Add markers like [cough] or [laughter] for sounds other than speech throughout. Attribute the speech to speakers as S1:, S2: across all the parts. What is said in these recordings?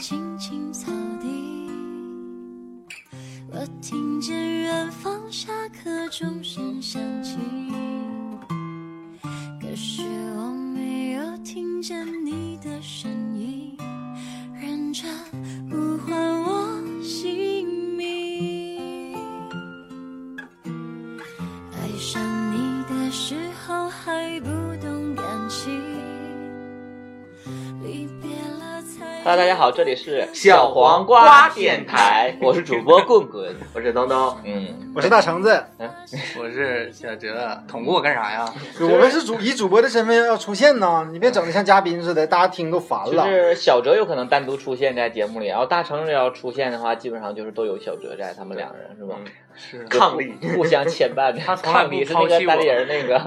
S1: 青青草地，我听见远方下课钟声响起，可是我没有听见你的声音，认真呼唤我姓名。爱上你的时候还不懂感情，离别了才。
S2: Hello，大家好，这里是
S3: 小黄瓜电台，
S2: 我是主播棍棍。
S3: [laughs] 我是东东，
S2: 嗯，
S4: 我是大橙子，
S2: [laughs]
S3: 我是小哲，捅过我干
S5: [laughs]
S3: 啥呀？
S4: 我们是主以主播的身份要出现呢，你别整的像嘉宾似的，大家听都烦
S2: 就
S4: 了。
S2: 是小哲有可能单独出现在节目里，然后大成要出现的话，基本上就是都有小哲在，他们两人是吧？
S3: 嗯是
S2: 抗力，互相牵绊的。
S3: [laughs] 他从来
S2: 抗
S3: 不
S2: 力是
S3: 抛
S2: 那个
S3: 弃
S2: 单立
S3: 我
S2: 人那
S3: [laughs]
S2: 个，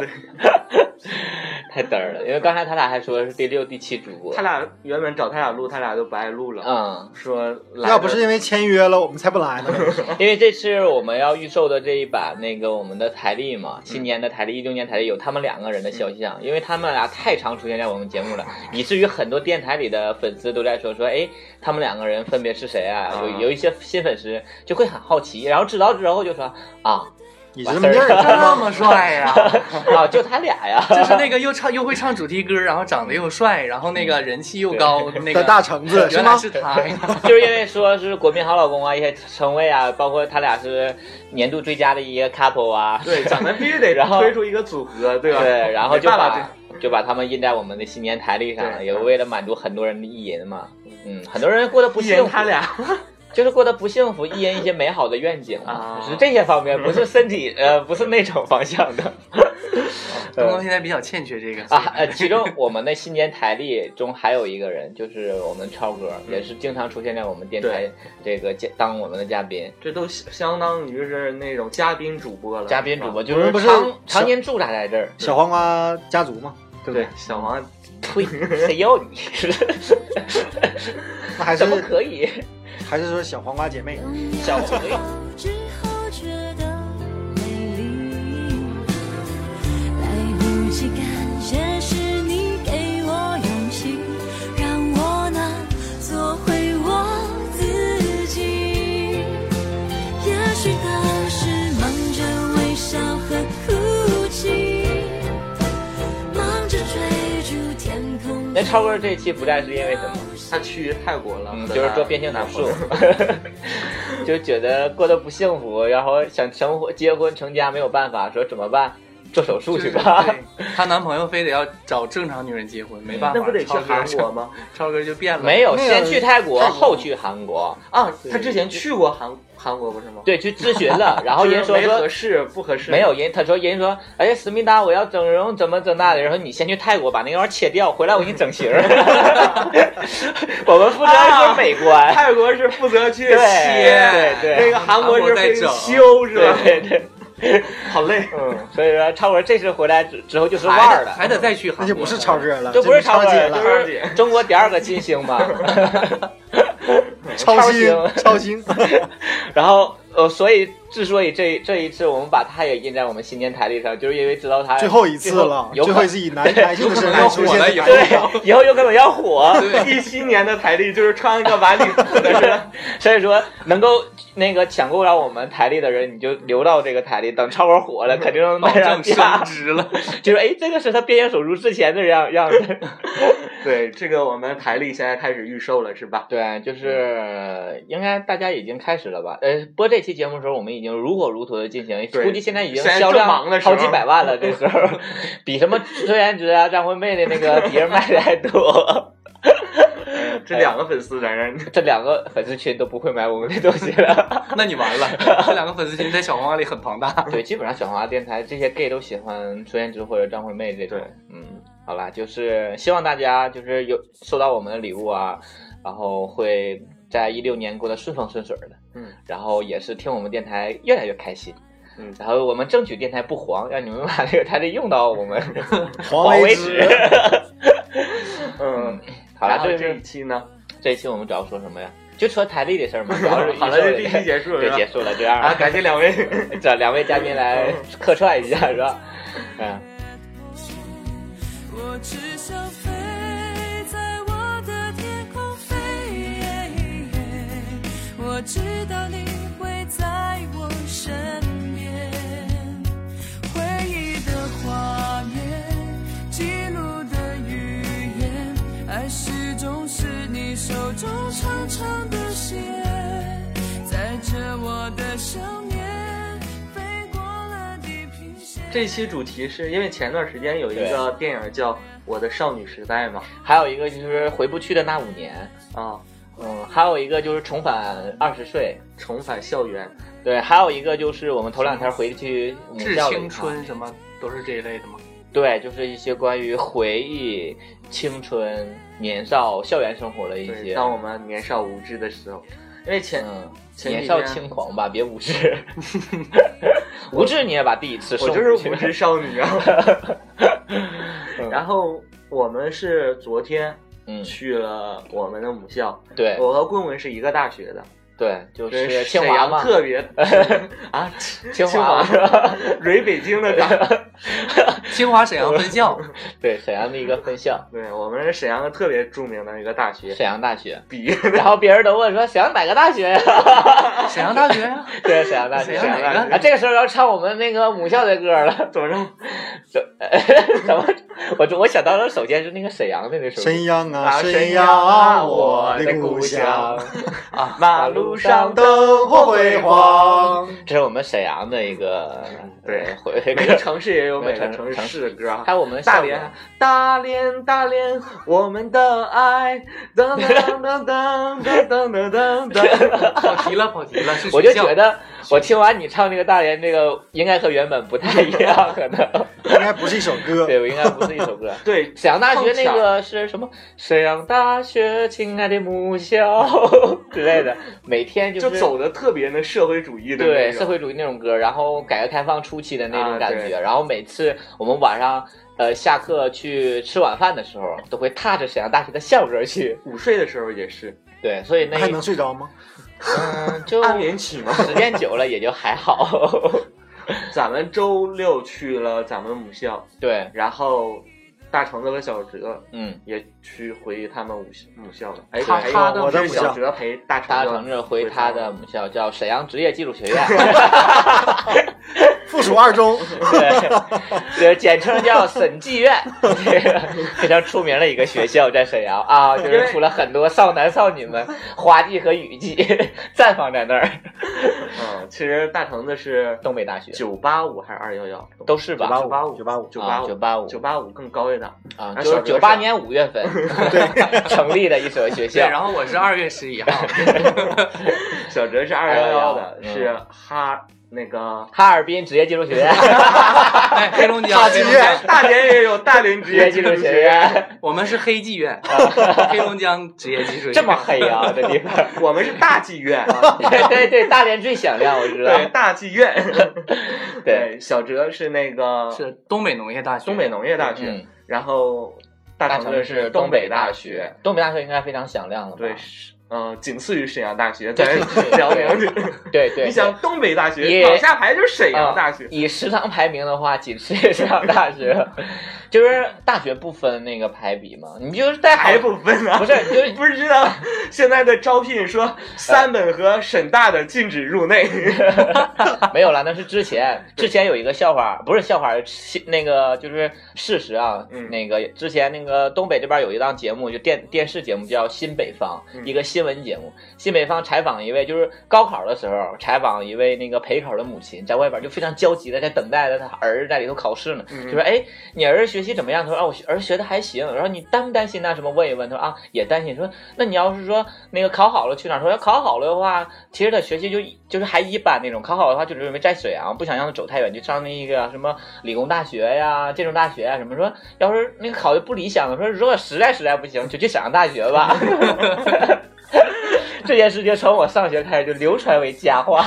S2: [laughs] 太嘚儿了。因为刚才他俩还说是第六、第七主播
S3: 他，俩原本找他俩录，他俩都不爱录了。
S2: 嗯，
S3: 说来
S4: 要不是因为签约了，我们才不来呢。
S2: [laughs] 因为这次我们要预售的这一版那个我们的台历嘛，新年的台历、一六年台历有他们两个人的肖像，因为他们俩太常出现在我们节目了，以至于很多电台里的粉丝都在说说，哎，他们两个人分别是谁啊？
S3: 啊
S2: 有有一些新粉丝就会很好奇，然后知道之后就说啊
S4: 你这么地儿也知
S3: 这
S4: 道吗？
S3: 么
S5: [laughs]
S3: 帅呀、
S2: 啊，就他俩呀，
S3: 就是那个又唱又会唱主题歌，然后长得又帅，然后那个人气又高，
S4: 的
S3: 那个
S4: 大橙子是
S3: 原来
S4: 吗？
S3: 是他呀！
S2: 就是因为说是国民好老公啊，一些称谓啊，包括他俩是年度最佳的一个 couple 啊，
S3: 对，长得必须得
S2: 然后
S3: 推出一个组合，对吧？
S2: 对，然后就
S3: 没办法
S2: 把就把他们印在我们的新年台历上了，
S3: 对
S2: 也为了满足很多人的意淫嘛。嗯，很多人过得不
S3: 不
S2: 幸
S3: 信
S2: 福，
S3: 他俩，
S2: 就是过得不幸福，意淫一些美好的愿景嘛
S3: 啊
S2: 只是这些方面，不是身
S3: [laughs]
S2: 体呃，不是那种方向的。
S3: 东东现在比较欠缺这个
S2: 啊，呃，其中我们的新年台历中还有一个人，就是我们超哥，也是经常出现在我们电台
S3: 嗯对
S2: 这个嘉当我们的嘉宾。
S3: 这都相当于是那种嘉宾主播了。
S2: 嘉宾主播就
S4: 我们不是
S2: 常
S4: 小
S2: 常年驻扎在
S3: [laughs]
S2: 这儿，
S4: 小黄瓜家族嘛，对不
S3: 对
S4: 对？
S3: 小王
S2: 呸，谁要你？ [laughs]
S4: 那还是
S2: 怎么可以？
S4: 还是说小黄瓜姐妹？
S1: 嗯
S2: 小
S1: 后
S2: 鬼
S1: 知后觉的美丽，来不及感谢是你给我勇气，让我能做回我自己。也许当时忙着微笑和哭泣，忙着追逐天空。
S2: [laughs] 那超哥这一期不在是因为什么？
S3: 他去泰国了，
S2: 嗯，
S3: 和
S2: 就是
S3: 他
S2: 做变性手
S3: 男朋
S2: 术
S3: 友，
S2: [laughs] 就觉得过得不幸福，然后想成婚、结婚、成家没有办法，说怎么办？做手术去吧。
S3: 就是对她男朋友非得要找正常女人结婚，没办法，
S5: 那不得去
S3: 超哥
S5: 韩
S3: 就
S5: 国？吗？
S3: 超哥就变了，
S2: 没有，
S4: 那个
S2: 先去泰国，
S3: 泰国
S2: 后去韩国。
S5: 啊，他之前去过韩韩国不是吗？
S2: 对，去咨询
S3: [laughs]
S2: 了，然后人说
S3: 没合
S2: 说
S3: 适，不合适，
S2: 没有人，他说人说，哎，思密达，我要整容，怎么整那的？然后你先去泰国把那玩意儿切掉，回来我给你整
S3: [laughs]
S2: 形儿。我们负责的是美观。
S3: 哎泰国啊是负责去
S2: 对
S3: 切，
S2: 对对
S3: 那个韩国是
S5: 韩国在
S3: 负责
S5: 整
S3: 修，是吧？
S2: 对对对，
S3: 好累，
S2: 嗯，所以说超哥这次回来之之后就是腕
S3: 还
S2: 儿
S3: 得
S2: 了，
S3: 还得再去韩
S4: 那就不
S3: 国，
S4: 是超哥了，
S2: 这不是超哥，
S4: 超姐
S2: 就
S4: 了，
S3: 超
S2: 是
S3: 姐
S2: 中国第二个金星嘛。
S4: 超星
S2: 超星
S4: 超星。
S2: 然后呃，所以之所以这这一次我们把他也印在我们新年台历上，就是因为知道他
S4: 最后一次了，
S2: 有
S4: 最
S2: 可
S4: 后一次以男男性的身
S3: 有
S4: 份
S3: 可
S4: 出
S3: 能
S4: 现
S3: 要火了
S4: 在
S3: 以后
S2: [laughs]
S4: 台上。
S2: 对，以后有可能要火。 [laughs]
S3: 一七年的台历就是穿个晚礼服的是吧？
S2: 所以说，能够那个抢购到我们台历的人，你就留到这个台历，等超哥火了，肯定能
S3: 保
S2: 卖上
S3: 证升
S2: 价。
S3: 值了。
S2: [laughs] 就是哎，这个是他变性手术之前的样样子。
S3: 对，这个我们台历现在开始预售了，是吧？
S2: 对，就是应该大家已经开始了吧？呃，播这期节目的时候，我们已经如火如荼的进行，
S3: 对
S2: 估计现在已经
S3: 现在
S2: 销
S3: 正
S2: 量
S3: 忙的时
S2: 好
S3: 候
S2: 几百万了。这时候 [laughs] 比什么孙燕姿啊、张惠妹的那个别人卖的还多。 [laughs]
S5: 嗯
S3: 嗯这
S5: 哎
S3: 两个粉丝在那儿，
S2: 这两个粉丝群都不会买我们的东西了。
S3: 那你完了，这两个粉丝群在小黄瓜里很庞大。
S2: 对，基本上小黄花电台这些 gay 都喜欢孙燕姿或者张惠妹这种
S3: 对。
S2: 嗯，好啦，就是希望大家就是有收到我们的礼物啊，然后会在一六年过得顺风顺水的。
S3: 嗯，
S2: 然后也是听我们电台越来越开心。
S3: 嗯
S2: 然后我们争取电台不黄，让你们把这个台历用到我们
S4: 黄
S2: 为
S4: 为
S2: 止
S4: 之。
S3: 嗯，
S2: 好
S5: 啊
S3: 然
S2: 啦，
S3: 后
S2: 这
S3: 这一
S2: 是
S3: 期呢，
S2: 这一期我们主要说什么呀？就说台历的事儿嘛，主要是
S3: [laughs] 好了，这一期结束了
S2: 对
S3: 是吧
S2: 结束了，这样
S3: 啊，感谢两位。
S2: [laughs] 找两位嘉宾来客串一下是吧？嗯。
S1: 我只想飞，在我的天空飞。耶我知道你会在我身边。回忆的画面，记录的语言，爱始终是你手中长长的线，载着我的想念，飞过了地平线。
S5: 这期主题是因为前段时间有一个电影叫《我的少女时代》嘛，
S2: 还有一个就是回不去的那五年，
S5: 啊，
S2: 嗯，还有一个就是重返二十岁，
S5: 重返校园，
S2: 对，还有一个就是我们头两天回去母
S3: 致
S2: 校了一趟
S3: 青春，什么都是这一类的吗？
S2: 对，就是一些关于回忆、青春、年少、校园生活的一
S5: 对，
S2: 些，
S5: 当我们年少无知的时候，因为前
S2: 嗯，
S5: 前
S2: 年
S5: 几
S2: 少
S5: 天
S2: 轻狂吧，别无
S5: [laughs]
S2: 知，无知你也把第一次
S5: 我
S2: 送
S5: 就是
S2: 出去
S5: 无知少女
S3: [laughs]
S5: 啊。
S3: 嗯
S5: 然后我们是昨天
S2: 嗯，
S5: 去了我们的母校，
S2: 对
S5: 我和棍棍是一个大学的，
S2: 对，就
S5: 对
S2: 是清
S5: 沈
S2: 华
S5: 阳
S2: 嘛，
S5: 特别啊，
S2: 清
S5: 华
S2: 华是吧？
S5: 蕊北京的港。
S3: 清华沈阳分校，
S2: [laughs] 对，沈阳的一个分校，
S5: 对我们是沈阳特别著名的一个大学，
S2: 沈阳大
S5: [laughs]
S2: 学。
S5: 毕业
S2: 然后别人都问说沈阳哪个大学呀、
S3: 沈阳大学啊呀、
S2: [laughs] 对，啊沈阳大学。
S3: 沈阳哪个
S2: 啊，这个时候要唱我们那个母校的歌了， [laughs]
S5: 怎么着？
S2: 怎么？我我想到了，首先是那个沈阳的那首歌。
S4: 沈阳啊，
S5: 啊
S4: 沈阳啊，我的故乡，
S2: [laughs]
S4: [laughs]
S2: 啊
S5: 马路上的
S4: 灯火辉煌。
S2: 这是我们沈阳的一个
S5: 对
S2: 回回
S5: 每个
S2: 歌。
S5: 城市也有每个
S2: 每个城
S5: 城市的歌啊
S2: 还。有我们
S5: 大
S2: 校
S5: 连
S2: 园，，
S5: 大连，大连，我们的爱，噔噔噔噔噔噔噔噔噔。
S3: 跑题了，跑题了，是学校
S2: 我就觉得我听完你唱这个大连这个，应该和原本不太一样，可能
S4: 应该不是一首歌，
S2: 对我应该不是一首歌。
S5: 对，
S2: 沈阳大学那个是什么？沈阳大学，亲爱的母校 [laughs] 之类的，每天
S5: 就是走的特别那社会主义的
S2: [laughs] 对
S5: 那
S2: 社
S5: 种。
S2: 会主义那种歌，然后改革开放初期的那种
S5: 啊
S2: 感觉，然后每次我们晚上呃下课去吃晚饭的时候，都会踏着沈阳大学的校歌去。
S5: 午睡的时候也是
S2: 对，所以那
S4: 还能睡着吗？
S2: 嗯就
S5: 安眠曲
S2: [laughs]
S5: 嘛。
S2: 时间久了也就还好。 [laughs]
S5: 咱们周六去了咱们母校，
S2: 对，
S5: 然后大橙子和小哲
S2: 嗯，
S5: 也去回他们母母校了。哎，
S2: 他
S5: 还有
S4: 他的
S5: 我是
S4: 母校
S5: 小哲陪大
S2: 大
S5: 橙
S2: 橙
S5: 子
S2: 子回他的母校叫沈阳职业技术学院， [laughs]
S4: 附属二 [laughs] 中，
S2: 对，对，简称叫沈技院， [laughs] 这个非常出名的一个学校在沈阳啊，就是出了很多少男少女们，花季和雨季 [laughs] 绽放在那儿。
S5: 嗯，其实大橙子是
S2: 东北大学
S5: 九八五还是二幺幺？
S2: 都是吧？
S5: 九八五，
S4: 九八五
S5: 九八五，
S2: 啊九八五
S5: 九八五更高一档。
S2: 啊，
S5: 啊
S2: 就
S5: 小
S2: 是
S5: 哲
S2: 九
S5: 是吧
S2: 八年五月
S5: [laughs]
S2: 份 [laughs] 成立的一所学
S3: 对，
S2: 校，
S3: 然后我是二月十一号，
S5: 小哲是二幺幺的，
S2: 嗯
S5: 是哈那个
S2: 哈尔滨职业技术学院，
S3: 哎，黑龙江，黑龙江，
S5: 大连也有大连职
S2: [laughs] 职业
S5: 业
S2: 技
S5: 技
S2: 术
S5: 术
S2: 学
S5: 学院，
S2: 院，
S3: 我们是黑技院，啊黑龙江职业技术院
S2: 这么黑啊，这地
S5: [laughs]
S2: 方。
S5: 我们是大技院，啊
S2: [laughs]
S5: [laughs]
S2: 对对对，大连最响亮，我知道。
S5: 对大技院。
S2: [laughs] 对，
S5: 小哲是那个
S3: 是东北农业大学，
S5: 东北农业大学
S2: 嗯，
S5: 然后
S2: 大
S5: 大
S2: 城市
S5: 子
S2: 是
S5: 东
S2: 北
S5: 大
S2: 学，，东北大学应该非常响亮了吧？
S5: 对，是嗯，仅次于沈阳大学，在辽宁。
S2: 对对，
S5: 你想东北大学
S2: 也
S5: 往下排就是沈阳大
S2: 啊
S5: 学，
S2: 以食堂排名的话，仅次于沈阳大学， [laughs] 就是大学不分那个排比嘛，你就是在好
S5: 还不分啊？
S2: 不是就是
S5: [laughs] 不知道现在的招聘说三本和沈大的禁止
S2: [laughs]
S5: 入内，
S2: 没有了，那是之前之前有一个笑话，不是笑话，是那个就是事实啊。
S5: 嗯
S2: 那个之前那个东北这边有一档节目，就电电视节目叫《新北方》，
S5: 嗯
S2: 一个新闻节目。新北方采访一位，就是高考的时候采访一位那个陪考的母亲，在外边就非常焦急的在等待着他儿子在里头考试呢，
S5: 嗯
S2: 就说：“哎，你儿子学习怎么样？”他说：“啊，我儿子学的还行。”然后你担不担心呐？什么问一问。他说：“啊，也担心。”说：“那你要是说那个考好了去哪儿？”说：“要考好了的话，其实他学习就一就是还一般那种，考好的话就准备在沈阳，不想让他走太远，就上那个什么理工大学呀、建筑大学呀啊什么。说要是那个考的不理想的，说如果实在实在不行，就去沈阳大学吧。 [laughs] 这件事情从我上学开始就流传为佳话，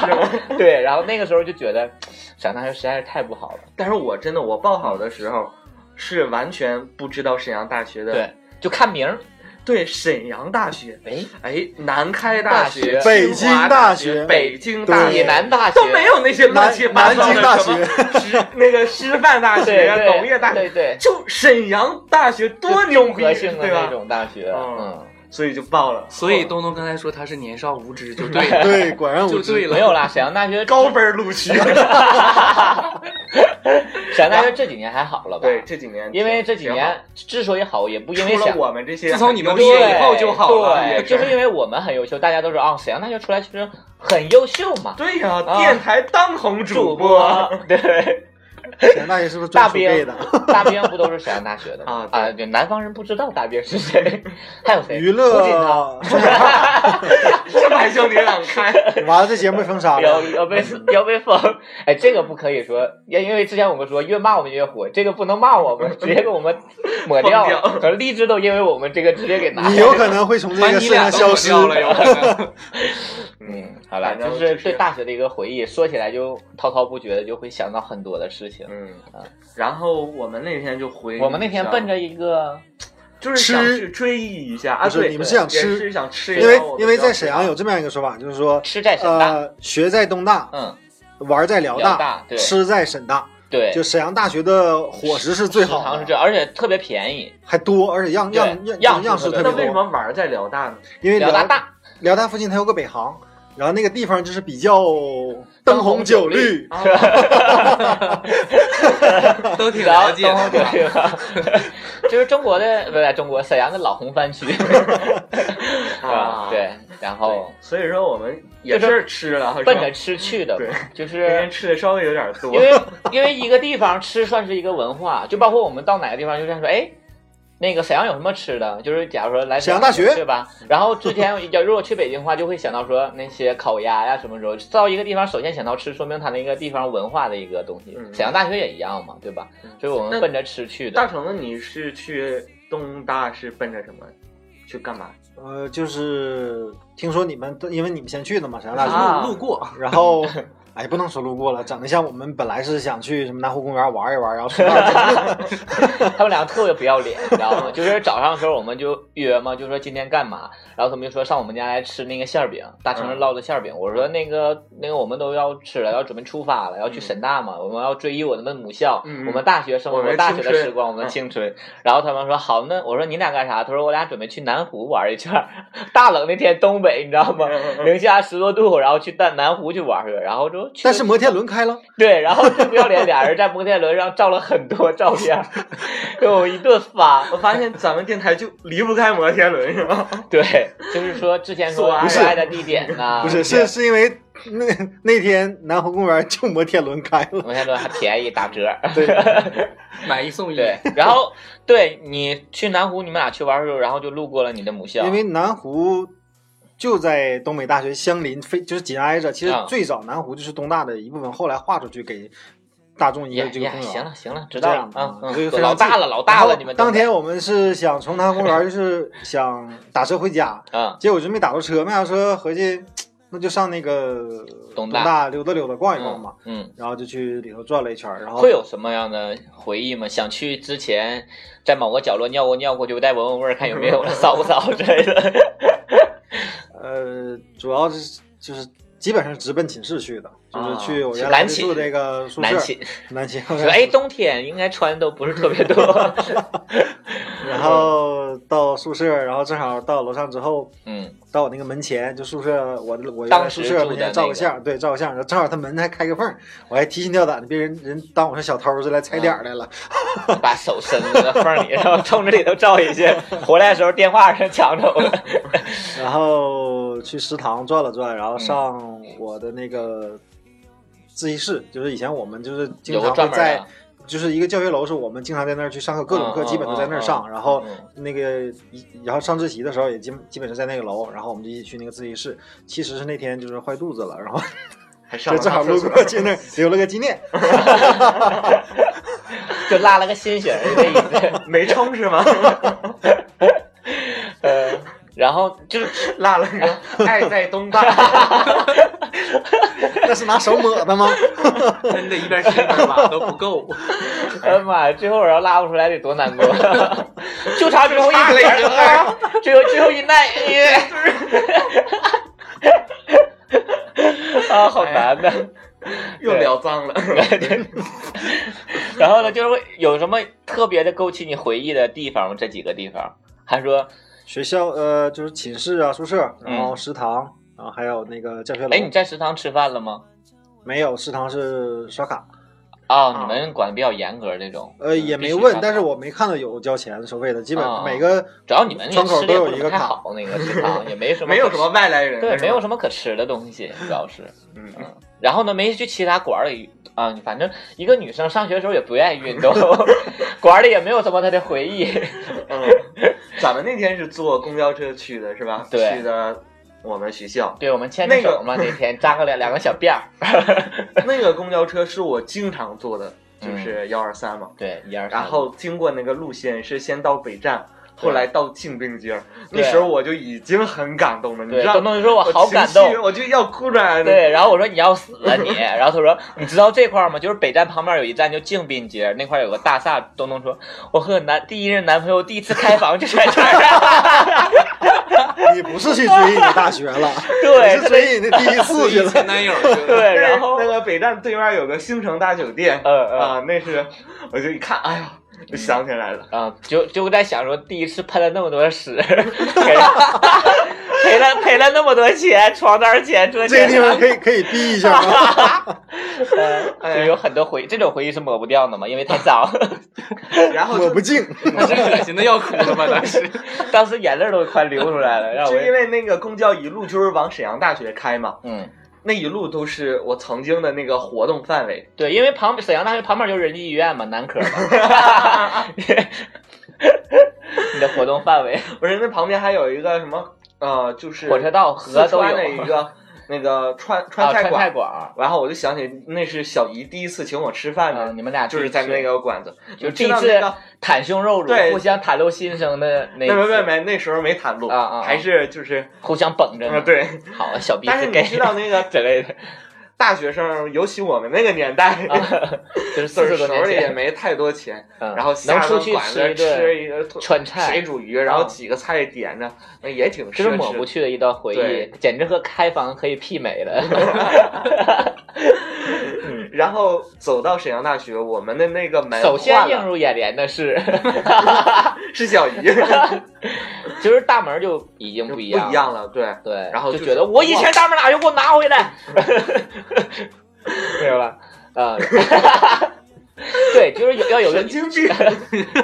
S2: 对，然后那个时候就觉得沈阳大学实在是太不好了，
S5: 但是我真的我报考的时候是完全不知道沈阳大学的，
S2: 对，就看名儿，
S5: 对沈阳大学，
S2: 哎，
S5: 哎，南开学、
S2: 大学
S5: 清华
S4: 北京大学
S5: 北京大
S2: 济
S5: 学
S4: 对
S2: 南大学
S5: 都没。有那些 [laughs] 乱
S4: 南
S5: 七八
S4: 南
S5: 糟
S4: 京
S5: 的
S4: 大
S5: 什么
S4: 学，
S5: 师那个师范大
S2: 对
S5: 学、啊
S2: 对
S5: 农业大学，
S2: 对对，
S5: 就沈阳大学多
S2: 就
S5: 牛
S2: 综
S5: 逼
S2: 合性，的
S5: 对
S2: 那
S5: 吧？
S2: 种大学，
S5: 嗯
S2: 嗯，
S5: 所以就爆了。
S3: 所以东东刚才说他是年少无知，就对了，
S4: 对，果然
S3: [laughs] 就
S4: 无
S3: 对
S4: 知。
S3: 了。
S2: 没有啦，沈阳大学
S5: 高分录取。
S2: 沈阳大学这几年还好了吧？
S5: 对，这几年
S2: 因为这几
S5: 挺好
S2: 年之所以好，也不因为
S5: 除了
S2: 想
S5: 我们这些，
S3: 自从你们
S5: 有
S3: 毕业
S5: 些
S3: 以后就好了
S5: 也
S2: 对，
S5: 是
S2: 就是因为我们很优秀，大家都说啊，沈阳大学出来其实很优秀嘛，
S5: 对呀、
S2: 啊
S5: 电台当红 [laughs] 主
S2: 播
S5: 播。
S2: 对，
S4: 沈大爷是不是专
S2: 大
S4: 属背
S2: 兵
S4: 的？
S2: 大兵不都是沈阳大学的吗
S5: 啊对
S2: 啊？对，南方人不知道大兵是谁，还有谁？
S4: 娱
S2: 胡锦涛。
S4: [laughs] 乐，
S5: 这么还叫 [laughs] 你俩开？
S4: 完了这节目被封杀
S2: 要
S4: 了。
S2: 要被要被封，哎，这个不可以说，因因为之前我们说越骂我们越火，这个不能骂我们，直接给我们抹掉了。
S5: 封掉
S2: 可是荔枝都因为我们这个直接给拿
S4: 你
S2: 掉
S4: 有
S2: 了。
S4: 可能会从这
S3: 把
S4: 个
S3: 你
S4: 世
S3: 俩
S4: 上
S3: 都
S4: 消失。
S3: 抹掉了，有可能。
S2: 嗯，好了，
S5: 反正
S2: 就
S5: 就是是
S2: 对大学的一个回忆，说起来就滔滔不绝的，就会想到很多的事情。
S5: 嗯，然后我们那天就回，
S2: 我们那天奔着一个，
S5: 就是想
S4: 吃
S5: 去追忆一下啊，
S4: 不是
S5: 对，
S4: 你们是想
S5: 也
S4: 吃
S5: 是想吃一
S4: 因
S5: 下，
S4: 为
S5: 我们
S4: 因为
S5: 就要
S4: 在
S5: 吃
S4: 沈阳有这么样一个说法，就是说，
S2: 吃在沈大，
S4: 呃，学在东大，
S2: 嗯，
S4: 玩在辽
S2: 辽大对
S4: 呃吃在沈大，
S2: 对，
S4: 就沈阳大学的伙食是最
S2: 食堂
S4: 好
S2: 是
S4: 的，
S2: 这，而且特别便宜，
S4: 还多，而且样
S2: 对
S4: 样样
S2: 样式
S4: 样式
S2: 特别
S4: 特
S5: 那
S4: 别
S5: 为什
S4: 多。
S5: 么玩在辽大呢？
S4: 因为
S2: 辽
S4: 辽
S2: 大大，
S4: 辽大附近它有个北航，然后那个地方就是比较灯红酒绿，
S5: 啊，
S3: 都挺
S2: 然后
S3: 了解
S2: 东方
S3: 的
S2: 对吧？ [laughs] 就是中国的不是中国沈阳的老红番区，
S5: 啊
S2: 对，然后
S5: 对所以说我们也
S2: 就是
S5: 吃了，
S2: 奔着吃去的
S5: 对，
S2: 就
S5: [laughs] 那天
S2: 是。
S5: 吃的稍微有点多
S2: 因，为
S5: [laughs]
S2: 因为一个地方吃算是一个文化，就包括我们到哪个地方，就像说，哎，那个沈阳有什么吃的？就是假如说来
S4: 沈阳大学
S2: 对吧？然后之前要如果去北京的话，就会想到说那些烤鸭呀什么时候到一个地方，首先想到吃，说明它那个地方文化的一个东西。
S5: 嗯
S2: 沈阳大学也一样嘛，对吧？所以我们
S5: 那
S2: 奔着吃去的
S5: 大。橙子，你是去东大是奔着什么？去干嘛？
S4: 呃，就是听说你们都因为你们先去的嘛，沈阳大学，
S5: 啊
S3: 路路过，
S4: 然后。 [laughs] 哎，不能说路过了，整的像我们本来是想去什么南湖公园玩一玩，然后顺道
S5: [laughs]
S2: [laughs] 他们两个特别不要脸，你知道吗？就是早上的时候我们就约嘛，就说今天干嘛，然后他们就说上我们家来吃那个馅儿饼，大成人烙的馅儿饼。我
S5: 嗯
S2: 说那个那个我们都要吃了，要准备出发了，要去沈大嘛，我们要追忆我们的母校，
S5: 嗯嗯嗯
S2: 我们大学生活，
S5: 我们
S2: 大学的
S5: 青春
S2: 时光，我们的
S5: 嗯
S2: 青春。然后他们说好，那我说你俩干啥？他说我俩准备去南湖玩一圈儿， [laughs] 大冷那天东北你知道吗？
S5: 嗯
S2: 零下十多度，然后去南南湖去玩去，然后就去了
S4: 但是摩天轮开了，
S2: 对，然后最不要脸，俩人在摩天轮上照了很多照片儿，给我一顿发。
S5: 我发现咱们电台就离不开摩天轮，是吧？对，
S2: 就是说之前说
S5: 不
S4: 是
S2: 爱的地点
S5: 啊
S2: 呐、
S4: 不是是是因为那那天南湖公园就摩天轮开了，
S2: 摩天轮还便宜打折。 [laughs]
S4: 对，
S3: 买一送一。
S2: 对，然后对你去南湖，你们俩去玩的时候，然后就路过了你的母校，
S4: 因为南湖就在东北大学相邻，非就是紧挨着。其实
S2: 啊
S4: 最早南湖就是东大的一部分，后来划出去给大众一
S2: 也
S4: 个这个
S2: 也
S4: 公
S2: 行
S4: 园。
S2: 了行了，知道了
S4: 这样
S2: 啊
S4: 啊，
S2: 嗯
S4: 所以
S2: 都
S4: 非常
S2: 老大
S4: 近
S2: 了老
S4: 然
S2: 大
S4: 后
S2: 了，你们都
S4: 当天我们是想从南湖公园，就是 [laughs] 想打车回家，
S2: 嗯
S4: 结果就没打到车，没打到车回去，那就上那个
S2: 东大
S4: 大溜达溜达逛一逛嘛，
S2: 嗯，
S4: 然后就去里头转了一圈，然后
S2: 会有什么样的回忆吗？想去之前在某个角落尿过尿过，就再闻闻味儿，看有没
S4: [laughs]
S2: 有骚不骚之类的。
S4: 呃，主要是就是基本上直奔寝室去的，就是
S5: 啊
S4: 去我
S2: 是
S4: 原来
S2: 男寝
S4: 住这个宿舍，
S2: 男寝
S4: 南京，
S2: 说哎，冬天应该穿都不是特别多。
S4: [laughs] 然后到宿舍，然后正好到楼上之后，
S2: 嗯，
S4: 到我那个门前，就宿舍我的我原来
S2: 当
S4: 宿
S2: 时
S4: 舍
S2: 住
S4: 门
S2: 的
S4: 前
S2: 那
S4: 照
S2: 个
S4: 个相，对，照个相，然后正好他门还开个缝儿，我还提心吊胆的，别人人当我是小偷似的来踩点
S2: 嗯
S4: 儿来了，
S2: 把手伸到缝里，然后冲着里头照一些。回来的时候电话上抢走了。
S4: 然后去食堂转了转，
S2: 嗯
S4: 然后上我的那个自习室，就是以前我们就是经
S2: 有个
S4: 常
S2: 专
S4: 会
S2: 门的
S4: 在
S2: 啊，
S4: 就是一个教学楼，是我们经常在那儿去上课，各种课
S2: 嗯
S4: 基本都在那
S2: 嗯
S4: 儿
S2: 嗯
S4: 上。然后
S2: 嗯
S4: 那个一，然后上自习的时候也基本基本是在那个楼，然后我们就一起去那个自习室。其实是那天就是坏肚子了，然后
S5: 还上
S4: 就
S5: 了
S4: 正好
S5: 趟厕
S4: 路
S5: 所
S4: 过去那儿留了个纪念。
S2: 就拉了个心形儿，就这意
S4: [laughs]
S2: 思。
S5: 没冲是吗？ [laughs]
S2: 呃，然后就是
S5: 落了
S2: [laughs]
S5: 个爱在东大，
S4: [laughs] 那是拿手抹的吗？
S3: 真的，一边吃一边拉都不够。
S2: 哎呀妈呀，最后然后拉不出来得多
S5: [laughs]
S2: 难过，就差最后一
S5: 就差
S2: 撇
S5: 了一
S2: 了啊，最后最后一哎奈，
S5: [laughs]
S2: 啊，好难呐。
S5: 哎又聊脏了。
S2: [laughs] 然后呢，就是会有什么特别的勾起你回忆的地方吗？这几个地方，还说
S4: 学校呃就是寝室啊、宿舍，然后食堂，然后还有那个
S5: 嗯
S4: 教学
S2: 哎，你
S4: 楼。
S2: 在食堂吃饭了吗？
S4: 没有食堂是刷卡，
S2: 哦，
S5: 啊
S2: 你们管的比较严格这种。
S4: 呃
S2: 嗯
S4: 也没
S2: 必须刷
S4: 问
S2: 卡，
S4: 但是我没看到有交钱收费的，基
S2: 啊
S4: 本每个
S2: 主要你们那
S4: 窗口
S2: 吃的也
S4: 都
S2: 不
S4: 有
S2: 是
S4: 一个
S2: 太
S4: 卡
S2: 好，那个食堂也没什么，
S5: [laughs] 没有什么。外来人，
S2: 对，
S5: 是吧
S2: 没有什么可吃的东西，主要是。
S4: 嗯
S2: 然后呢，没去其他馆儿里啊，反正一个女生上学的时候也不愿意
S5: [laughs]
S2: 运动，馆儿里也没有什么她的回忆。 [laughs]
S5: 嗯，咱们那天是坐公交车去的，是吧？
S2: 对
S5: 去的我们学校。
S2: 对我们牵着
S5: 那个
S2: 手嘛，那天扎个两两个小辫儿。
S5: 那个公交车是我经常坐的，就是幺二三嘛。
S2: 对，一嗯二三。
S5: 然后经过那个路线是先到北站，
S2: 对
S5: 后来到庆定街儿。
S2: 对
S5: 那时候我就已经很感动了，你
S2: 对，
S5: 知道
S2: 东
S5: 吗？
S2: 东就说我
S5: 我
S2: 好
S5: 情
S2: 感
S5: 绪
S2: 动。
S5: 我就要哭出来了。
S2: 对，然后我说你要死了你，然后他说你知道这块儿吗？就是北站旁边有一站叫静滨街，那块儿有个大厦。东东说，我和我男第一任男朋友第一次开房就在这
S5: [laughs]
S2: 儿。
S4: 你不是去追你大学了，
S2: [laughs] 对
S4: 你是追你的第一次去
S3: 以前
S4: 了。
S3: 男友
S2: 对，
S5: 那个
S2: 然后
S5: 那个北站对面有个星城大酒
S2: [laughs]
S5: 店，
S2: 呃呃
S5: 啊，那是我就一看，哎呀，就想起来了。
S2: 啊，就就在想说，第一次喷了那么多屎， [laughs] 给了赔了赔了那么多钱，床单钱这
S4: 这
S2: 钱
S4: 个地方可
S2: [laughs]
S4: 以可以逼一下吗？
S2: 呃就有很多回忆，这种回忆是抹不掉的嘛，因为太脏，
S5: [laughs] 然后
S4: 抹
S5: 就
S4: 不净。
S3: 那真恶心的要哭了吧？当时
S2: [laughs] 当时眼泪都快流出来了，让我
S5: 就因为那个公交一路就是往沈阳大学开嘛，
S2: 嗯。
S5: 那一路都是我曾经的那个活动范围。
S2: 对，因为旁沈阳大学旁边就是仁济医院嘛， [laughs] 男科嘛。你的活动范围，
S5: 不是，那旁边还有一个什么呃，就是
S2: 火车道、河
S5: 四
S2: 都
S5: 川的
S2: 有
S5: 一。个
S2: [laughs]
S5: 那个川
S2: 啊，
S5: 川
S2: 川
S5: 菜馆。
S2: 菜馆儿，
S5: 然后我就想起那是小姨第一次请我吃饭的，
S2: 嗯，你们俩
S5: 就是在那个馆子，
S2: 就
S5: 知
S2: 第一
S5: 道
S2: 次
S5: 那个
S2: 袒胸肉乳，
S5: 对
S2: 互相袒露心声的那一
S5: 没
S2: 次
S5: 没没没，那时候没袒露
S2: 啊嗯啊啊
S5: 还是就是
S2: 互相绷着呢
S5: 啊。对，
S2: [laughs] 好，小鼻
S5: 但
S2: 子
S5: 是你
S2: gay
S5: 知道那个
S2: [laughs] 之类的，
S5: 大学生，尤其我们那个年代，
S2: 啊就是四
S5: 就是
S2: 十多
S5: 手
S2: 年
S5: 里也
S2: 前，
S5: 没太多钱，
S2: 嗯
S5: 然后
S2: 能
S5: 下
S2: 出
S5: 个
S2: 去
S5: 馆
S2: 吃一
S5: 子
S2: 顿
S5: 吃一个
S2: 川
S5: 水
S2: 菜，
S5: 煮鱼，然后
S2: 啊
S5: 几个菜点着，那也挺
S2: 这
S5: 奢
S2: 是抹不
S5: 侈。
S2: 去的一段回忆
S5: 对，
S2: 简直和开房可以媲美
S5: [laughs]
S2: 了。
S5: 然后走到沈阳大学，我们的那个门
S2: 首先
S5: 换
S2: 映
S5: 了，
S2: 入眼帘的是。
S5: 是小 [laughs] 姨，
S2: [laughs] 其实大门就已经
S5: 不
S2: 不一
S5: 一
S2: 样，
S5: 样了，对。
S2: 对，
S5: 然后
S2: 就
S5: 就是
S2: 觉得我以前大门哪又给我拿回来， [laughs] 明白吧？啊，对，就是有要有个
S5: 神，经病，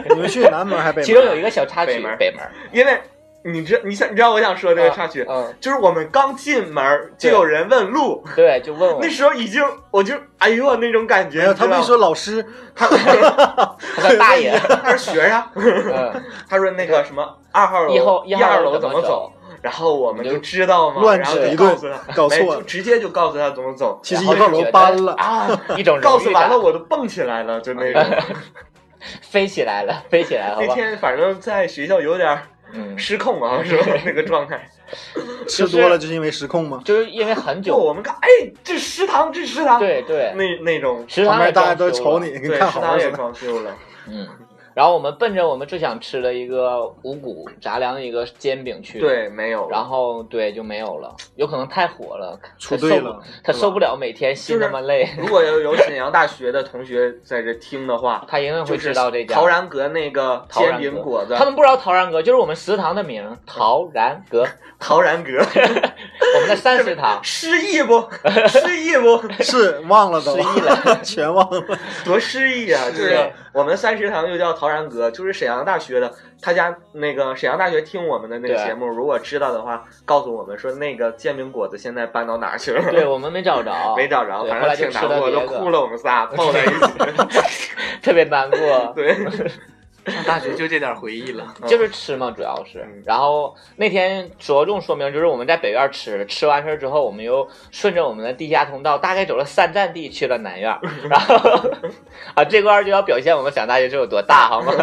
S4: 你们去南门还被骂
S2: 其中有一个小插曲，
S5: 北门
S2: 北门，
S5: 因为你知你想你知道我想说这个插曲，
S2: 嗯，
S5: 就是我们刚进门儿就有人问路，
S2: 对，就问我
S5: 那，时候已经我就哎呦那种感
S4: 没
S5: 觉，你
S4: 有，
S5: 知
S4: 他
S5: 道吗
S4: 没说老师，
S5: 他 [laughs]
S2: 他说大爷，
S5: 他是学生，
S2: 嗯，
S5: 他说那个什么二号楼
S2: 一号一
S5: 一
S2: 号
S5: 二
S2: 楼
S5: 楼
S2: 怎么
S5: 么
S2: 走
S5: 走，然后我们
S2: 你就
S5: 就知道嘛，
S4: 乱
S5: 然后
S4: 指
S5: 就
S4: 一
S5: 告
S4: 顿
S5: 诉他，
S4: 搞
S5: 没
S4: 错
S5: 就
S4: 了
S5: 直接就告诉他怎
S2: [laughs]
S5: 么走，
S4: 其实一
S2: 然后
S4: 号
S2: 就
S4: 楼
S2: 觉得
S4: 搬了，
S5: 啊，
S2: [laughs] 一种荣誉
S5: 告诉完
S2: 感
S5: 了我都蹦起来了，就那种。
S2: 飞起来了，飞起来，好
S5: 那
S2: 吧，
S5: 天反正在学校有点
S2: 嗯，
S5: 失控啊，是吧？那个状态。
S4: 吃多了就是因为失控吗？
S2: [laughs] 就是因为很
S5: 就
S2: 久，
S5: 我们看，哎，这食堂，这食堂，，
S2: 对对，
S5: 那那种，
S2: 食
S4: 旁
S2: 堂也
S4: 边大家
S2: 装
S4: 都
S2: 修
S4: 瞅
S2: 了
S4: 你，给你
S5: 对，
S4: 看
S5: 食
S4: 好
S5: 堂
S4: 了
S5: 也
S4: 似的。
S5: 装修了。
S2: 嗯，然后我们奔着我们最想吃的一个五谷杂粮的一个煎饼去，。
S5: 对，没有。
S2: 然后对就没有了，有可能太火了，
S4: 出
S2: 他
S4: 队
S2: 受不
S4: 了，
S2: 他受不了每天心那么累，
S5: 如果有有沈阳大学的同学在这听的话，
S2: 他一定会
S5: 就
S2: 知
S5: 是
S2: 道这家
S5: 陶然阁那个
S2: 陶然
S5: 煎饼
S2: 阁
S5: 果子
S2: 他，们不知道陶然阁，就是我们食堂的名儿陶然阁，
S5: 陶
S2: [laughs]
S5: 然阁
S2: 我们的三食
S5: [laughs]
S2: 堂
S5: 失忆不？失忆不？
S4: 是忘了都，
S2: 失忆
S4: [laughs] 全忘了。
S5: 多失忆啊！就是
S2: 对
S5: 我们三食堂又叫陶然阁，就是沈阳大学的。他家那个沈阳大学听我们的那个
S2: 对
S5: 节目，如果知道的话，告诉我们说那个煎饼果子现在搬到哪儿去了。
S2: 对我们没找着，
S5: 没找着，
S2: 对
S5: 反
S2: 后来
S5: 正
S2: 就
S5: 挺
S2: 吃
S5: 难
S2: 了
S5: 过，
S2: 别
S5: 都
S2: 的
S5: 哭了，我们仨抱在一起。
S2: 特别难
S5: [laughs]
S2: 过，
S5: 对，
S2: [laughs]
S3: 上大学就这点回忆
S5: 嗯
S3: 了，
S2: 就是吃嘛，主要是。然后那天着重说明，就是我们在北院吃，吃完事儿之后，我们又顺着我们的地下通道，大概走了三站地去了南院儿。 [laughs] 然后啊，这块儿就要表现我们想大学是有多大，好吗？ [laughs]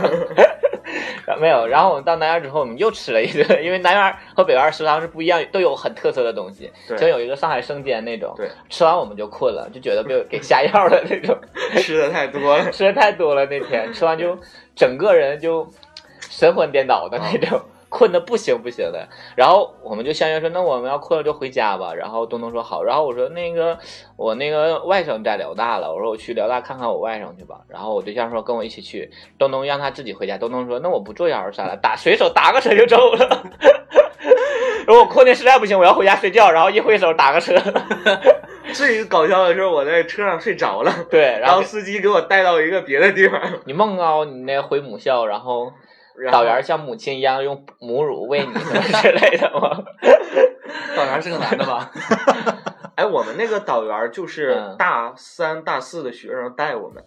S2: 没有，然后我们到南院之后，我们又吃了一顿，因为南院和北院食堂是不一样，都有很特色的东西，
S5: 对
S2: 像有一个上海生煎那种，
S5: 对，
S2: 吃完我们就困了，就觉得被给下药了那种。
S5: 吃的太多
S2: [laughs]
S5: 了。
S2: 吃的太多了那天，吃完就整个人就神魂颠倒的那种， [laughs] 困的不行不行的。然后我们就相约说，那我们要困了就回家吧。然后东东说好，然后我说那个我那个外甥在辽大了，我说我去辽大看看我外甥去吧。然后我对象说跟我一起去，东东让他自己回家。东东说那我不做幺二三了，打随手打个车就走了。 [laughs] 如果困的实在不行，我要回家睡觉，然后一挥手打个车。 [laughs]
S5: 最搞笑的是我在车上睡着了，
S2: 对，
S5: 然
S2: 然后
S5: 后司机给我带到一个别的地方，
S2: 你梦到你那回母校，然后
S5: 然后
S2: 导员像母亲一样用母乳喂你什么之类的
S5: [laughs]
S2: 吗？
S3: 导员是个男的吧？
S5: 哎，我们那个导员就是
S2: 嗯
S5: 大三、大四的学生带我们，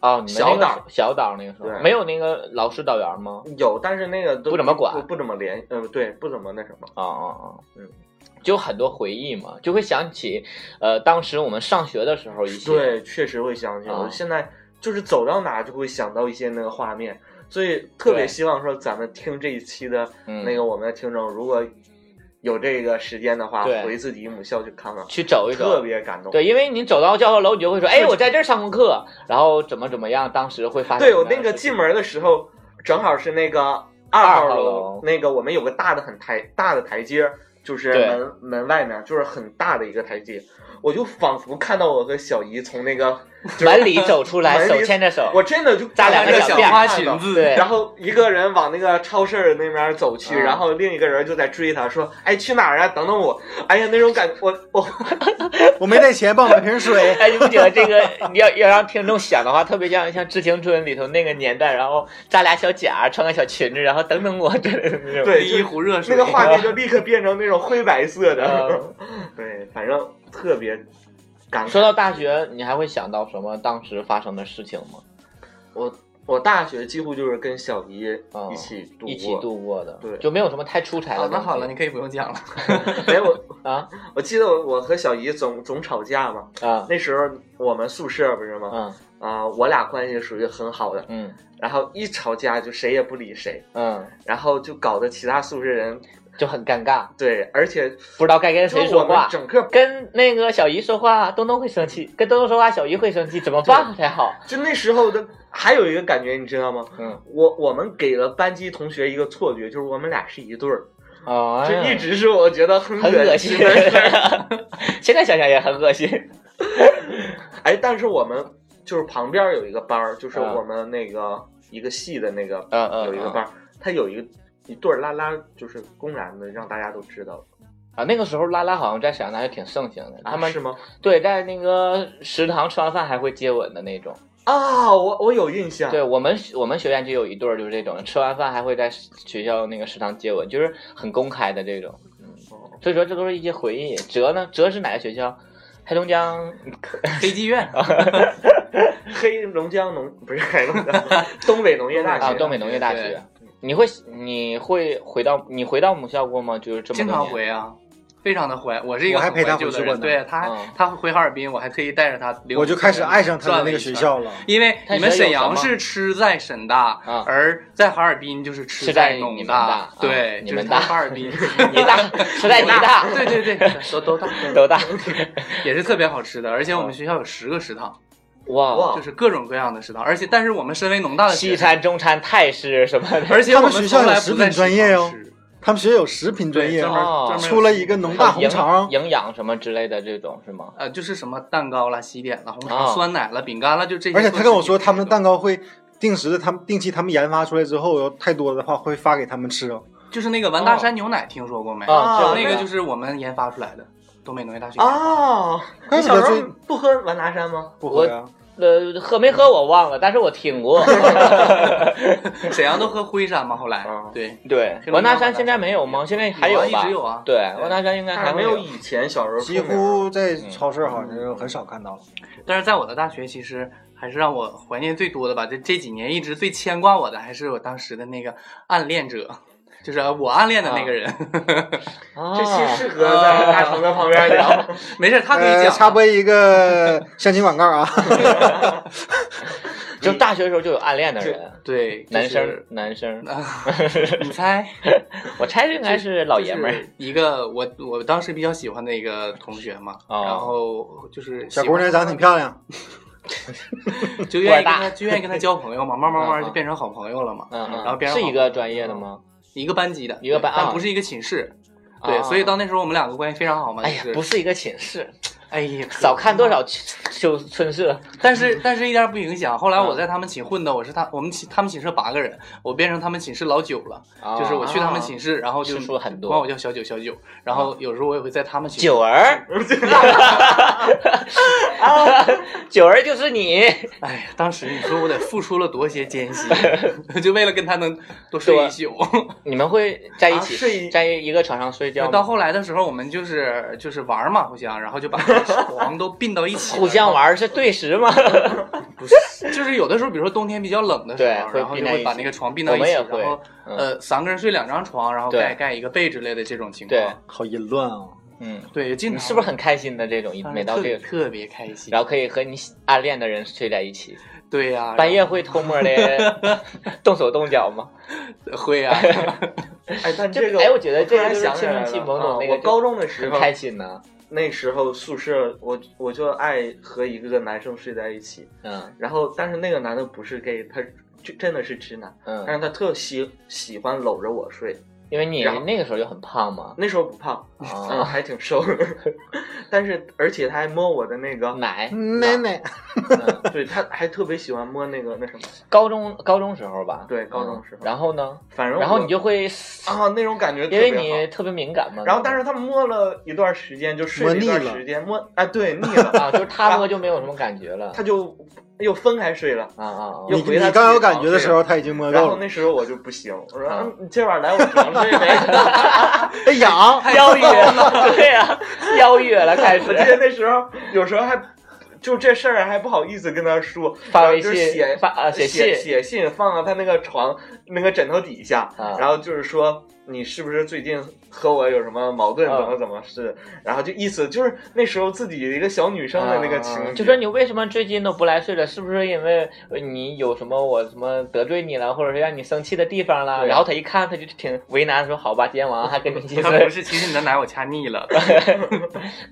S2: 哦，你们那
S5: 小
S2: 个
S5: 导
S2: 小导那个时候
S5: 对
S2: 没有那个老师导员吗？
S5: 有，但是那个都
S2: 不怎么管
S5: 不不怎么联，呃，对，不怎么那什么。
S2: 啊啊啊，
S5: 嗯，
S2: 就很多回忆嘛，就会想起呃当时我们上学的时候一起
S5: 对，确实会想起。
S2: 啊
S5: 我现在就是走到哪就会想到一些那个画面，所以特别
S2: 对
S5: 希望说咱们听这一期的
S2: 嗯
S5: 那个我们的听众，如果有这个时间的话，
S2: 对
S5: 回自己母校去看看，
S2: 去走一
S5: 特
S2: 走。
S5: 别感动。
S2: 对，因为你走到教学楼，你就会说，哎，我在这儿上过课，然后怎么怎么样，当时会发生
S5: 对，
S2: 什么
S5: 我
S2: 样的事情。
S5: 那个进门的时候，正好是那个
S2: 二
S5: 二号
S2: 号
S5: 楼
S2: 楼，
S5: 那个我们有个大的很台大的台阶，就是
S2: 对
S5: 门门外面就是很大的一个台阶，我就仿佛看到我和小姨从那个
S2: 门里走出来，
S5: [laughs] 门里
S2: 手牵着手，
S5: 我真的就
S2: 扎两
S5: 看
S2: 个
S5: 着
S2: 小
S5: 小
S2: 辫
S5: 姨
S2: 儿
S5: 看
S3: 花
S5: 到
S3: 裙子，
S2: 对
S5: 然后一个人往那个超市那边走去，
S2: 嗯
S5: 然后另一个人就在追他，说：“哎，去哪儿啊？等等我！”哎呀，那种感觉，我 [laughs] 我
S4: 我没带钱，帮我买瓶
S2: [laughs]
S4: 水。
S2: 哎，你不觉得这个你要要让听众想的话，特别像像《致青春》里头那个年代，然后扎俩小假，穿个小裙子，然后等等我之类的那种。
S5: 对
S3: 第
S5: 就
S3: 一壶热水，
S5: 那个画面就立刻变成那种灰白色的
S2: 嗯。
S5: [laughs] 对，反正特别感
S2: 说
S5: 动。
S2: 到大学，你还会想到什么当时发生的事情吗？
S5: 我我大学几乎就是跟小姨
S2: 嗯
S5: 一起度过，
S2: 一起度过的，
S5: 对
S2: 就没有什么太出彩的
S3: [laughs] 好，
S2: 东西。
S3: 那好了，你可以不用讲了。
S5: [laughs] 没 [laughs] 有我
S2: 啊
S5: 我记得我我和小姨总总吵架嘛。
S2: 啊
S5: 那时候我们宿舍不是吗？
S2: 嗯
S5: 啊、我俩关系属于很好的，
S2: 嗯
S5: 然后一吵架就谁也不理谁，
S2: 嗯，
S5: 然后就搞得其他宿舍人
S2: 就很尴尬，
S5: 对，而且
S2: 不知道该跟谁
S5: 就我
S2: 说
S5: 们
S2: 话。
S5: 整个
S2: 跟那个小姨说话，东东会生气；跟东东说话，小姨会生气，怎么办才好？
S5: 就那时候的还有一个感觉，你知道吗？
S2: 嗯
S5: 我我们给了班级同学一个错觉，就是我们俩是一对儿，
S2: 啊，
S5: 这一直是我觉得很
S2: 很恶
S5: 恶
S2: 心
S5: 的
S2: [laughs]
S5: 事儿。，
S2: 现在想想也很恶心。
S5: 哎，但是我们就是旁边有一个班儿，就是
S2: 嗯
S5: 我们那个一个系的那个
S2: 嗯嗯，
S5: 有一个
S2: 嗯
S5: 班儿，他有一个一对儿拉拉，就是公然的让大家都知道，
S2: 啊，那个时候拉拉好像在沈阳大学挺盛行的，他
S5: 啊
S2: 们
S5: 是吗？
S2: 对在那个食堂吃完饭还会接吻的那种。
S5: 啊，我我有印象，
S2: 对我们我们学院就有一对儿就是这种，吃完饭还会在学校那个食堂接吻，就是很公开的这种。嗯
S5: 哦，
S2: 所以说这都是一些回忆。哲呢？哲是哪个学校？黑龙江
S3: 黑妓院，
S5: 黑龙江农不是黑龙江，东北农业大
S2: [laughs] 啊，
S5: 学，
S2: 东北农业大学
S3: 对。
S2: 你会你会回到你回到母校过吗？就是这么
S3: 经
S2: 多
S3: 常
S2: 年。
S3: 回啊，非常的怀。我是一个
S4: 我还
S3: 很
S4: 陪他
S3: 怀旧
S4: 回
S3: 的
S4: 去过
S3: 人，
S4: 呢
S3: 对他
S2: 嗯，
S3: 他回哈尔滨，我还特意带着他溜。
S4: 我就开始爱上他的那个学
S3: 转了一圈。
S4: 校了。
S3: 因为你们沈
S2: 他
S3: 阳
S2: 学
S3: 是吃在沈大
S2: 嗯，
S3: 而在哈尔滨就是吃在
S2: 吃在你
S3: 农
S2: 们大
S3: 对
S2: 啊，
S3: 就
S2: 你
S3: 是
S2: 们大
S3: 他哈
S2: [laughs]
S3: 尔滨，
S2: 你
S3: [laughs]
S2: 大，实在你大，
S3: 对对对，都都大，
S2: 都大。
S3: 也是特别好吃的。而且
S2: 嗯
S3: 我们学校有十个食堂，
S2: 哇，
S5: 哇
S3: 就，是各种各样的食堂。而且，但是我们身为农大的学
S2: 嗯西
S3: 生，
S2: 餐、中餐、泰式什么的。
S3: 而且
S4: 他
S3: 我
S4: 们学校
S3: 从
S4: 有
S3: 来
S4: 食
S3: 不
S4: 品
S3: 在
S4: 专
S3: 食
S4: 业
S3: 堂
S4: 哦
S3: 吃
S4: 他们学校有食品专
S3: 对，
S4: 业
S3: 专，门
S2: 哦
S3: 专门
S4: 出了一个
S3: [laughs]
S4: 农大红肠，
S2: 营养什么之类的这种是吗？
S3: 呃，就是什么蛋糕啦、西点啦、红
S2: 啊
S5: 哦
S3: 肠、酸奶啦、饼干啦，就这些。
S4: 而且他跟我说他们的蛋糕会定时的，他们定期他们研发出来之后，有太多的话会发给他们吃哦。
S3: 就是那个完达山牛奶，听说过没？
S5: 啊
S2: 这
S5: 哦
S2: 知
S3: 那
S2: 道
S3: 个就是我们研发出来的，东北农业大学。
S5: 哦，
S4: 怪
S5: 你小
S4: 不得
S5: 时
S4: 最
S5: 候不喝完达山吗？
S4: 不会啊，
S2: 呃，喝没喝我忘了，但是我听过。
S3: 沈阳都喝灰山嘛，后来
S5: 啊
S3: 对，
S2: [laughs] 对，王大山现在没有吗？现在还
S3: 啊
S2: 吧
S3: 一直？有啊。
S2: 对，王大山应该
S5: 但是
S2: 还会
S5: 没有
S2: 有。
S5: 以前小时候
S4: 几
S5: 出名
S4: 乎在超市好像很少看到了。
S3: 但是在我的大学，其实还是让我怀念最多的吧。这这几年一直最牵挂我的，还是我当时的那个暗恋者，就是我暗恋的那个人。
S5: 这期
S2: 啊，
S5: 适合啊在大橙子旁
S3: [laughs]
S5: 边
S2: [laughs]
S5: 聊。
S3: 没事，他可以
S4: 呃
S3: 讲。
S4: 插播一个相亲广告啊，
S2: 就大学的时候就有暗恋的人，
S3: 对，就是
S2: 男生，男生，
S3: 啊， [laughs] 你猜？
S2: 我猜这应该是老爷们
S3: 就
S2: 儿
S3: 是一个我我当时比较喜欢的一个同学嘛，
S2: 哦
S3: 然后就是
S4: 小姑娘长得挺
S3: 亮，
S4: 漂亮，
S3: 就愿
S2: 官
S3: 意跟
S2: 儿大
S3: 他就愿意跟他交朋友嘛，慢慢慢慢
S2: 嗯嗯
S3: 就变成好朋友了嘛。
S2: 嗯
S3: 然后
S2: 嗯，
S3: 边上
S2: 是
S3: 好
S2: 一个专业的吗？
S3: 一个班级的，
S2: 一个班
S3: 但
S2: 啊
S3: 不是一个寝室。对，
S2: 啊
S3: 所以到那时候我们两个关系非常好嘛。
S2: 哎呀
S3: 就，是
S2: 不是一个寝室，
S3: 哎呀，
S2: 少看多少秋秋春事了。
S3: 但是但是一点儿不影响。后来我
S2: 嗯
S3: 在他们寝混的，我是他我们寝他们寝室八个人，我变成他们寝室老九了。
S2: 啊
S3: 就是我去他们寝室，然后就
S2: 次数很多
S3: 管我叫小九小九。然后有时候我也会在他们寝
S2: 啊
S3: 室。
S2: 九儿， [laughs] 九儿就是你，
S3: [laughs] 哎呀，当时你说我得付出了多些
S2: [laughs]
S3: 艰辛，就为了跟他能多睡
S2: 对啊
S3: 一宿。
S2: 你们会在一
S5: 啊睡
S2: 起
S5: 一
S2: 在一个床上睡觉
S3: 到
S2: 吗？
S3: 后来的时候，我们就是就是玩儿嘛，互相，然后就把
S2: [laughs]
S3: 床都并到一起了，
S2: 互相玩儿是对时吗？
S3: 不是，就是有的时候，比如说冬天比较冷的时
S2: 对
S3: 候，
S2: 会
S3: 然后
S2: 并
S3: 就
S2: 在
S3: 会把
S2: 一起
S3: 那个床并到一
S2: 我们
S3: 起，
S2: 也
S3: 然
S2: 会
S3: 后
S2: 嗯
S3: 呃三个人睡两张床，然后
S2: 对
S3: 盖盖一个被之类的这种情
S2: 对
S3: 况，
S4: 好淫乱啊！
S2: 嗯，
S3: 对，经
S2: [laughs] 你
S3: 常
S2: 是不是很开心的这种？一
S3: 当时
S2: 每到这
S3: 特别
S2: 个，
S3: 特别开心
S2: 然？后可以和你暗恋的人睡在一
S5: [laughs]
S2: 起，
S3: 对呀，
S2: 半夜会偷摸的动手动脚吗？
S3: 然后会
S2: [laughs]
S3: 啊，
S5: 哎，但
S2: 这
S5: 这个
S2: 哎我觉得这
S5: 突然
S2: 就是
S5: 想起
S2: 青
S5: 来
S2: 春期
S5: 了
S2: 懵懂
S5: 啊
S2: 那个
S5: 我
S2: 就
S5: 高中的时
S2: 很
S5: 候，
S2: 开心呢。
S5: 那时候宿舍我我就爱和一个男生睡在一起，
S2: 嗯
S5: 然后但是那个男的不是 gay，他就真的是直男，但
S2: 嗯，
S5: 是他特喜喜欢搂着我睡，
S2: 因为你
S5: 然后
S2: 那个时候就很胖嘛，
S5: 那时候不胖， [laughs] 嗯，
S2: 啊，
S5: 还挺瘦， [laughs] 但是而且他还摸我的那个，
S2: 奶。
S4: 奶奶，
S2: 嗯
S5: 对，他还特别喜欢摸那个那什么，
S2: 高中高中时候吧，
S5: 对高中时候
S2: 嗯然后呢，
S5: 反正
S2: 然后
S5: 我
S2: 你就会，
S5: [laughs] 啊那种感觉特
S2: 因
S5: 别
S2: 为
S5: 好，
S2: 你特别敏感嘛。
S5: 然后但是他摸了一段时间就睡
S4: 摸
S5: 了一段
S4: 腻了
S5: 时间，摸哎对腻了，
S2: [laughs] 啊，就是他摸就没有什么感觉
S5: [laughs]
S2: 了。
S5: 他就又分开睡了。
S2: 啊啊
S5: 又
S4: 你
S5: 回
S4: 你
S5: 他自己
S4: 刚有感觉的时候，他已经摸
S5: 然
S4: 够
S5: 后
S4: 了，
S5: 那时候我就不行，我说、
S2: 啊
S5: 嗯，你今晚来我床睡
S2: [laughs]
S5: 呗。
S4: 哎痒，
S2: 啊， [laughs] 邀约，对呀，邀约了开
S5: 我记得
S2: 始
S5: 那时候有时候还就这事儿还不好意思跟他说，
S2: 发微
S5: 然后就是写
S2: 信，发啊
S5: 写
S2: 信，
S5: 写信放到他那个床那个枕头底下，
S2: 啊
S5: 然后就是说你是不是最近和我有什么矛盾，
S2: 啊
S5: 怎么怎么是，然后就意思就是那时候自己一个小女生的那个情
S2: 啊
S5: 节，
S2: 就说你为什么最近都不来睡了？是不是因为呃你有什么我什么得罪你了，或者是让你生气的地方了？
S5: 对
S2: 然后他一看，他就挺为难，说好吧，今天晚上还跟
S5: [laughs]
S2: 你一起
S3: 他 [laughs] 不
S2: 睡。
S3: 是，其实你的奶我掐腻
S2: [laughs]
S3: 了，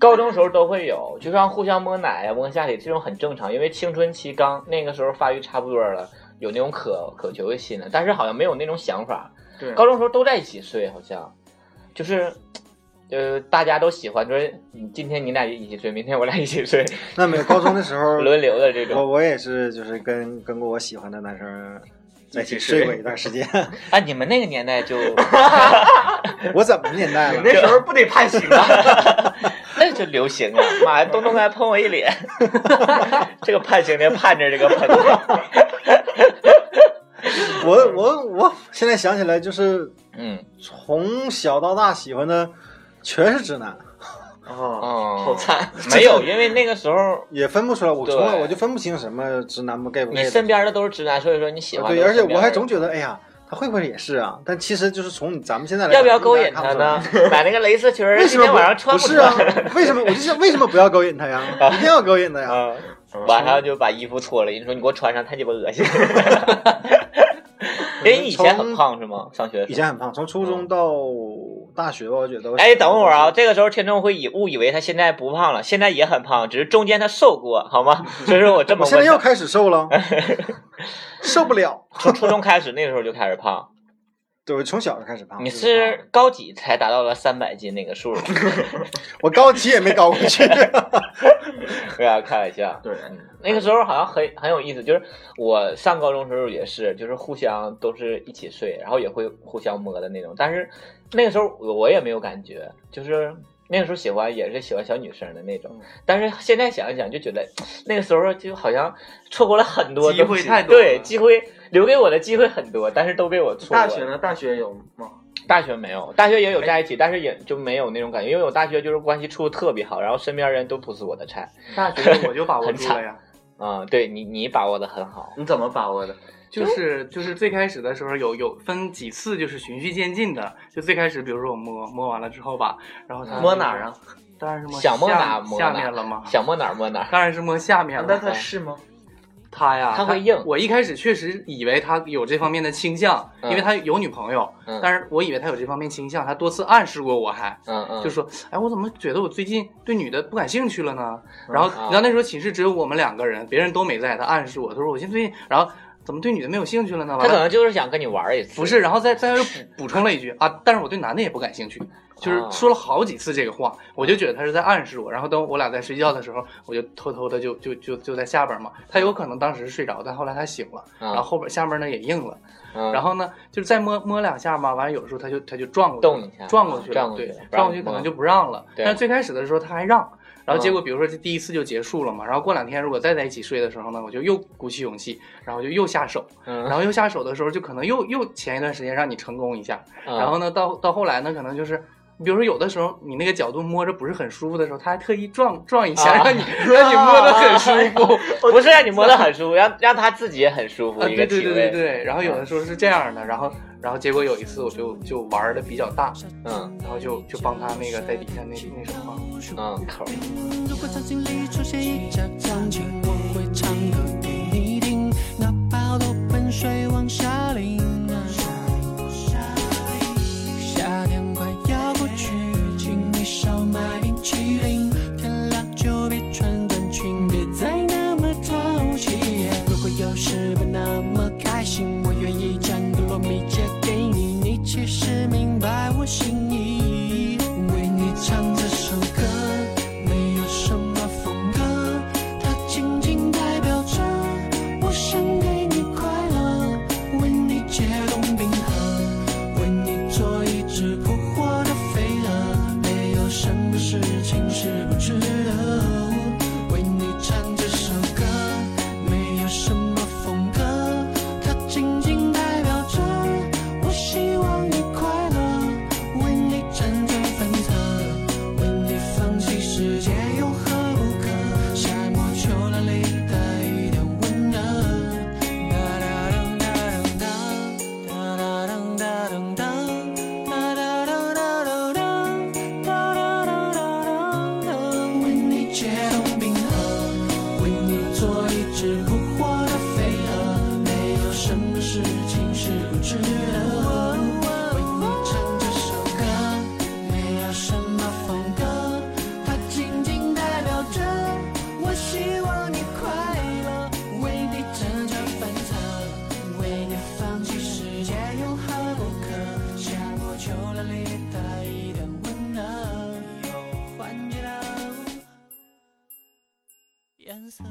S2: 高中时候都会有，就像互相摸奶啊呀、摸下体这种很正常，因为青春期刚那个时候发育差不多了，有那种渴渴求的心了，但是好像没有那种想法。
S5: 对
S2: 高中时候都在一起睡，好像就是。呃，大家都喜欢，就是你今天你俩一起睡，明天我俩一起睡，
S4: [laughs]
S5: 嗯
S4: 那没有高中的
S2: [laughs]
S4: 时候，
S2: 轮流的这种。
S4: [laughs] 我我也是，就是跟跟过我喜欢的男生在一起睡过一段时间。
S2: 啊，你们那个年代就，
S4: [laughs]
S2: [laughs]
S4: 我怎么年代
S5: 你
S4: 了？
S5: 那时候不得判刑啊？
S2: 那就流行啊！妈呀，东东还喷我一
S5: [laughs]
S2: 脸，这个判刑的盼着这个喷的。
S5: [laughs]
S4: 我我我现在想起来，就是
S2: 嗯，
S4: 从小到大喜欢的全是直男，
S5: 哦，
S2: 哦，
S5: 好惨，
S2: 没有，因为那个时候
S4: 也分不出来。我从来
S2: 对
S4: 我就分不清什么直男不 gay 不
S2: 你
S4: gay
S2: 身
S4: 的。啊
S2: 边的都是直男，所以说你喜欢都
S4: 对，
S2: 是
S4: 而
S2: 身
S4: 且
S2: 边的人。
S4: 我还总觉得，哎呀，他会不会也是啊？但其实就是从咱们现在来
S2: 要不
S4: 看
S2: 要勾引他 [laughs] 呢？？
S4: [laughs]
S2: 买那个蕾丝裙儿，
S4: 为什
S2: 今
S4: 么
S2: 天
S4: 不
S2: 晚上穿
S4: 不是
S2: 穿？
S4: 啊？ [laughs] 为什么我就想为什么不要勾引
S2: [laughs]
S4: 他呀？一定要勾引他呀？
S2: 啊，晚上就把衣服脱了，你说你给我穿上，太鸡巴恶心。因为你以前很胖是吗？上学的
S4: 以
S2: 时候。
S4: 前很胖，从初中到大学吧，我觉得我。
S2: 嗯哎，等会儿啊，这个时候听众会以误以为他现在不胖了，现在也很胖，只是中间他瘦过，好吗？所以说我这么
S4: [laughs]
S2: 问
S4: 我现
S2: 他。
S4: 在又开始瘦了，受不了。
S2: 从初中开始，那个时候就开始
S4: [laughs]
S2: 胖。
S4: 对，我从小就开始胖。
S2: 你
S4: 啊就是胖
S2: 是高几才达到了三百斤那个 [laughs] 数？
S4: 我高级也没高过去。
S2: 对啊，开玩笑。
S5: 对，
S2: 那个时候好像很很有意思，就是我上高中时候也是，就是互相都是一起睡，然后也会互相摸的那种。但是那个时候我也没有感觉，就是那个时候喜欢也是喜欢小女生的那
S3: 嗯
S2: 种。但是现在想一想，就觉得那个时候就好像错过了很多
S3: 机会
S2: 东西
S3: 太多了
S2: 对，机会留给我的机会很多，但是都被我错过了。
S5: 大学呢？大学有吗？
S2: 大学没有，大学也有
S3: 哎
S2: 在一起，但是也就没有那种感觉，因为我大学就是关系处的特别好，然后身边人都不是我的菜。
S3: 大学我就把握住了呀。
S2: 嗯，对你你把握的很好，
S5: 你怎么把握的？
S3: 就是就是最开始的时候有有分几次，就是循序渐进的。就最开始，比如说我摸摸完了之后吧，然
S2: 嗯
S3: 后他
S5: 摸哪儿啊？
S3: 当然是摸
S2: 想摸
S3: 下
S2: 哪摸
S3: 下
S2: 哪
S3: 面了嘛，
S2: 想摸哪儿摸哪儿。
S3: 当然是摸下面
S5: 啊
S3: 了。
S5: 那他是吗？
S3: 他呀，
S2: 他会硬
S3: 我一开始确实以为他有这方面的倾向，
S2: 嗯
S3: 因为他有女朋友，
S2: 嗯
S3: 但是我以为他有这方面倾向，他多次暗示过我还。
S2: 嗯嗯，
S3: 就说，哎，我怎么觉得我最近对女的不感兴趣了呢？然后
S2: 啊
S3: 你知道那时候寝室只有我们两个人，别人都没在，他暗示我，他说我现在最近，然后怎么对女的没有兴趣了呢？
S2: 他可能就是想跟你玩一次，
S3: 不是，然后再再又补补充了一句啊，但是我对男的也不感兴趣，就是
S2: 哦
S3: 说了好几次这个话，我就觉得他是在暗示我。然后等我俩在睡觉的时候，我就偷偷的就就就就在下边嘛，他有可能当时是睡着，但后来他醒了，
S2: 嗯，
S3: 然后后边下边呢也硬了，
S2: 嗯
S3: 然后呢就是再摸摸两下嘛，完了有时候他就他就转过去
S2: 动一下
S3: 转过去
S2: 转
S3: 了，
S2: 过去
S3: 对
S2: 了，不让
S3: 转过去
S2: 你
S3: 可能
S2: 摸
S3: 就不让了。
S2: 对
S3: 但是最开始的时候他还让。然后结
S2: 嗯
S3: 果，比如说这第一次就结束了嘛，然后过两天如果再在一起睡的时候呢，我就又鼓起勇气，然后就又下手，
S2: [laughs] 嗯，
S3: 然后又下手的时候，就可能又又前一段时间让你成功一下，
S2: 嗯
S3: 然后呢，到到后来呢，可能就是，比如说有的时候你那个角度摸着不是很舒服的时候，他还特意撞撞一下，
S2: 啊
S3: 让你让你摸得很舒服。
S2: 嗯不是让你摸得很舒服，让让他自己也很舒服
S3: 哦啊，
S2: 一
S3: 对
S2: 个
S3: 对
S2: 体
S3: 对
S2: 位，
S3: 对对。然后有的时候是这样的，然后然后结果有一次我就就玩的比较大，
S2: 嗯
S3: 然后就就帮他那个在底下那那什么，
S2: 嗯口儿，
S6: 如果场景里出现一架钢琴，我会唱歌给你听，哪怕多盆水往下淋。夏天快要过去，请你少买冰淇淋，天亮就别穿短裙，别再那么着急。如果有时不那么开心，我愿意将格罗米借给你，你其实明白我心意。为你唱这首歌，没有什么风格，它仅仅代表着我想给你快乐，为你解冻冰河，为你做一只扑火的飞蛾，没有什么事情是不值得。为你唱这首歌，没有什么风格，它仅仅代表着我希望你快乐，为你辗转反侧，为你放弃世界有何不可？夏末秋来里带一点温热。哒哒噔哒噔哒，哒哒噔哒噔哒，哒哒噔哒噔哒。为你解冻冰河，为你做一只扑火的飞蛾，没有什么事情是不值得。为你唱这首歌，没有什么风格，它仅仅代表着我希望你快乐，为你辗转反侧，为你放弃世界有何不可？夏末秋来里带一点温热，又换季了。颜色。